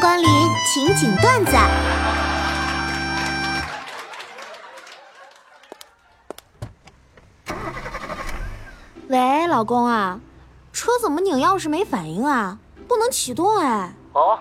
光临情景段子。喂，老公啊，车怎么拧钥匙没反应啊？不能启动哎！哦，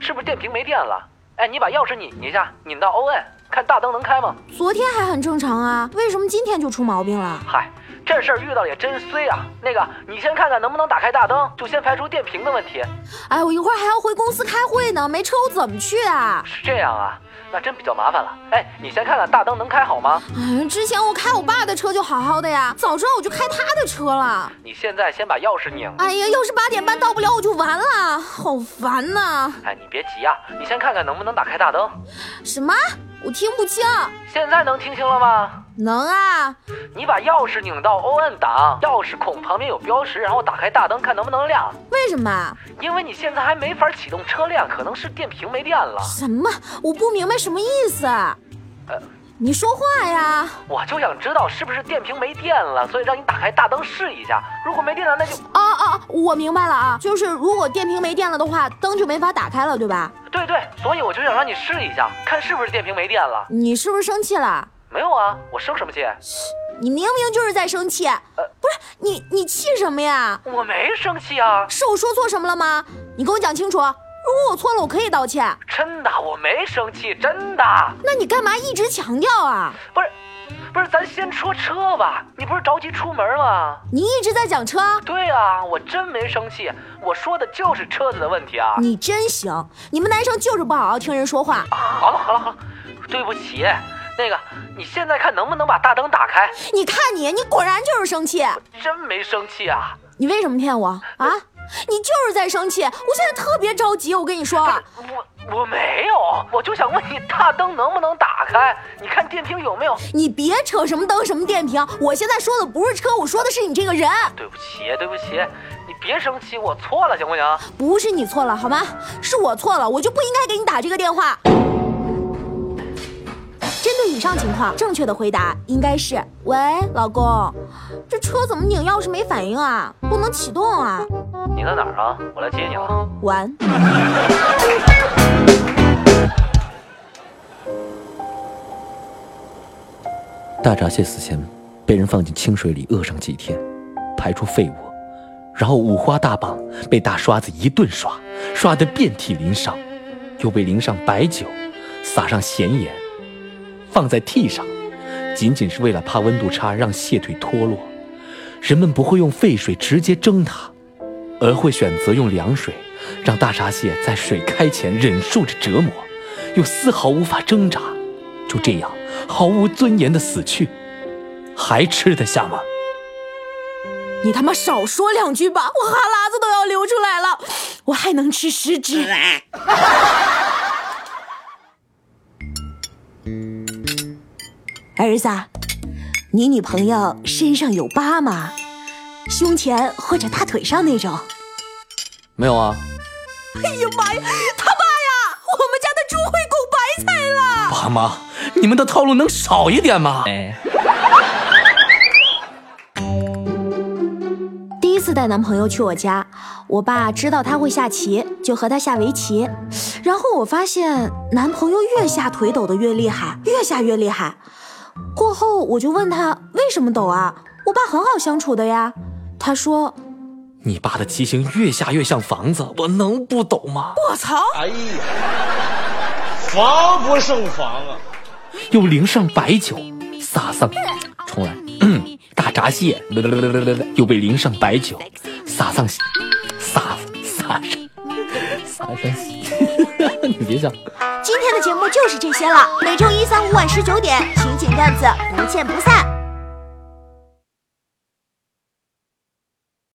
是不是电瓶没电了？哎，你把钥匙拧一下，拧到 ON，看大灯能开吗？昨天还很正常啊，为什么今天就出毛病了？嗨，这事儿遇到了也真衰啊！那个，你先看看能不能打开大灯，就先排除电瓶的问题。哎，我一会儿还要回公司开会呢，没车我怎么去啊？是这样啊，那真比较麻烦了。哎，你先看看大灯能开好吗？哎，之前我开我爸的车就好好的呀，早知道我就开他的车了。你现在先把钥匙拧。哎呀，要是八点半到不了，我就完了，好烦呐、哎，你别急啊，你先看看能不能打开大灯。什么？我听不清。现在能听清了吗？能啊？你把钥匙拧到 ON 档，钥匙孔旁边有标识，然后打开大灯看能不能亮。为什么？因为你现在还没法启动车辆，可能是电瓶没电了。什么？我不明白什么意思。你说话呀！我就想知道是不是电瓶没电了，所以让你打开大灯试一下。如果没电了，那就哦哦，我明白了啊，就是如果电瓶没电了的话，灯就没法打开了，对吧？对对，所以我就想让你试一下，看是不是电瓶没电了。你是不是生气了？没有啊，我生什么气？你明明就是在生气，不是你你气什么呀？我没生气啊，是我说错什么了吗？你跟我讲清楚，如果我错了，我可以道歉。真的，我没生气，真的。那你干嘛一直强调啊？不是，不是，咱先说车吧。你不是着急出门吗？你一直在讲车，对啊，我真没生气，我说的就是车子的问题啊。你真行！你们男生就是不好好听人说话，啊好了好了好了，对不起，那个你现在看能不能把大灯打开？你看你，你果然就是生气。真没生气啊。你为什么骗我啊？你就是在生气，我现在特别着急。我跟你说，啊我我没有，我就想问你，大灯能不能打开？你看电瓶有没有？你别扯什么灯什么电瓶，我现在说的不是车，我说的是你这个人，对不起，对不起，你别生气，我错了，行不行？不是你错了好吗？是我错了，我就不应该给你打这个电话。针对以上情况，正确的回答应该是：喂，老公，这车怎么拧钥匙没反应啊？不能启动啊？你在哪儿啊？我来接你啊。完。大闸蟹死前被人放进清水里饿上几天，排出废物，然后五花大绑，被大刷子一顿刷，刷得遍体鳞伤，又被淋上白酒，撒上咸盐，放在屉上，仅仅是为了怕温度差让蟹腿脱落。人们不会用沸水直接蒸它，而会选择用凉水，让大闸蟹在水开前忍受着折磨，又丝毫无法挣扎，就这样毫无尊严的死去，还吃得下吗？你他妈少说两句吧，我哈喇子都要流出来了，我还能吃十只。 儿子，啊你女朋友身上有疤吗？胸前或者大腿上那种？哎没有啊，呀妈呀，他妈呀！我们家的猪会拱白菜了。爸妈，你们的套路能少一点吗？哎，第一次带男朋友去我家，我爸知道他会下棋，就和他下围棋。然后我发现男朋友越下腿抖得越厉害，越下越厉害。过后我就问他为什么抖啊？我爸很好相处的呀。他说你爸的骑行越下越像房子，我能不懂吗？我操，哎呀，防不胜防啊！又淋上白酒，撒上，重来，嗯大闸蟹，又被淋上白酒，撒上，撒撒上，撒上，你别笑。今天的节目就是这些了。每周一、三、五晚十九点，情景段子不见不散。